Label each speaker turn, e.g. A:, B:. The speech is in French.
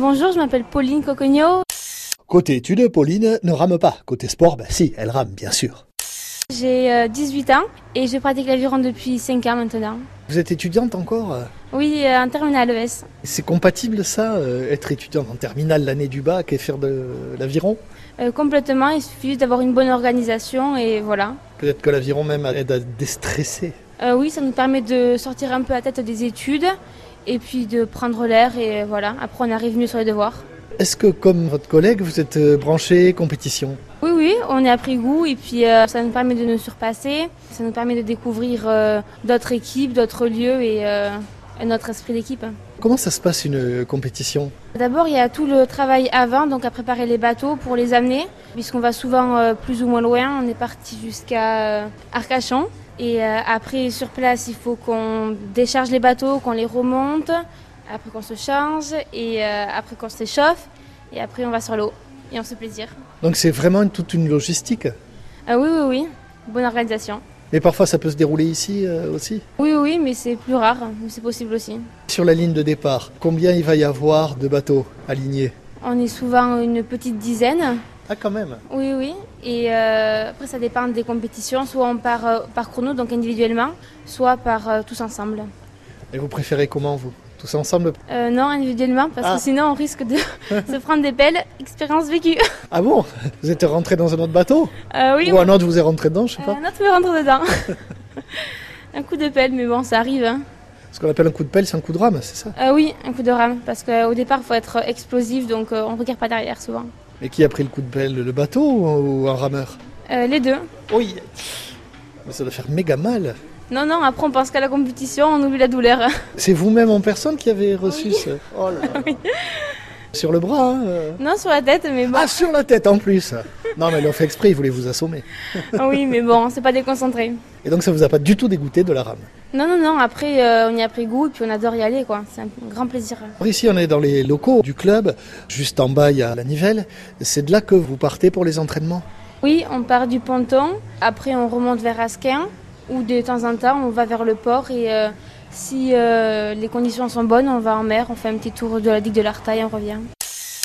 A: Bonjour, je m'appelle Pauline Cocogno.
B: Côté études, Pauline ne rame pas. Côté sport, ben si, elle rame, bien sûr.
A: J'ai euh, 18 ans et je pratique l'aviron depuis 5 ans maintenant.
B: Vous êtes étudiante encore euh,
A: Oui, euh, en terminale ES.
B: C'est compatible ça, euh, être étudiante en terminale l'année du bac et faire de l'aviron
A: Euh, complètement, il suffit juste d'avoir une bonne organisation et voilà.
B: Peut-être que l'aviron même aide à déstresser.
A: Euh, oui, ça nous permet de sortir un peu la tête des études et puis de prendre l'air et euh, voilà. Après, on arrive mieux sur les devoirs.
B: Est-ce que comme votre collègue, vous êtes euh, branché compétition
A: Oui, oui, on y a pris goût et puis euh, ça nous permet de nous surpasser, ça nous permet de découvrir euh, d'autres équipes, d'autres lieux et euh, un autre esprit d'équipe. hein.
B: Comment ça se passe une euh, compétition
A: D'abord, il y a tout le travail avant, donc à préparer les bateaux pour les amener, puisqu'on va souvent euh, plus ou moins loin. On est parti jusqu'à euh, Arcachon. Et euh, après, sur place, il faut qu'on décharge les bateaux, qu'on les remonte, après qu'on se change, et euh, après qu'on s'échauffe, et après on va sur l'eau, et on se fait plaisir.
B: Donc c'est vraiment une- toute une logistique.
A: Ah oui, oui, oui, bonne organisation.
B: Mais parfois ça peut se dérouler ici euh, aussi.
A: Oui, oui, mais c'est plus rare, mais c'est possible aussi.
B: Sur la ligne de départ, combien il va y avoir de bateaux alignés
A: On est souvent une petite dizaine.
B: Ah quand même
A: Oui, oui. Et euh, après, ça dépend des compétitions. Soit on part euh, par chrono, donc individuellement, soit par euh, tous ensemble.
B: Et vous préférez comment vous Tous ensemble
A: Euh, non, individuellement, parce
B: Ah.
A: que sinon on risque de se prendre des pelles. Expérience vécue.
B: Ah bon Vous êtes rentré dans un autre bateau
A: Euh, oui,
B: Ou un autre vous est rentré dedans, je sais pas.
A: euh, notre me rentre dedans. un coup de pelle, mais bon, ça arrive. hein.
B: Ce qu'on appelle un coup de pelle, c'est un coup de rame, c'est ça
A: Euh, oui, un coup de rame, parce qu'au départ, faut être explosif, donc euh, on ne regarde pas derrière souvent.
B: Mais qui a pris le coup de pelle Le bateau ou ou un rameur
A: Euh, les deux.
B: Oui Mais ça doit faire méga mal
A: Non, non, après on pense qu'à la compétition, on oublie la douleur.
B: C'est vous-même en personne qui avez reçu ce. Oh là là. Sur le bras, hein euh.
A: non, sur la tête, mais bon.
B: Ah, sur la tête en plus Non, mais ils l'ont fait exprès, ils voulaient vous assommer. Ah.
A: oui, mais bon, c'est pas déconcentré.
B: Et donc ça vous a pas du tout dégoûté de la rame
A: Non, non, non, après euh, on y a pris goût et puis on adore y aller, quoi. C'est un grand plaisir.
B: Alors ici, on est dans les locaux du club, juste en bas, il y a la nivelle. C'est de là que vous partez pour les entraînements
A: Oui, on part du ponton, après on remonte vers Asquin, ou de temps en temps on va vers le port et euh, si euh, les conditions sont bonnes, on va en mer, on fait un petit tour de la digue de l'Artaille, on revient.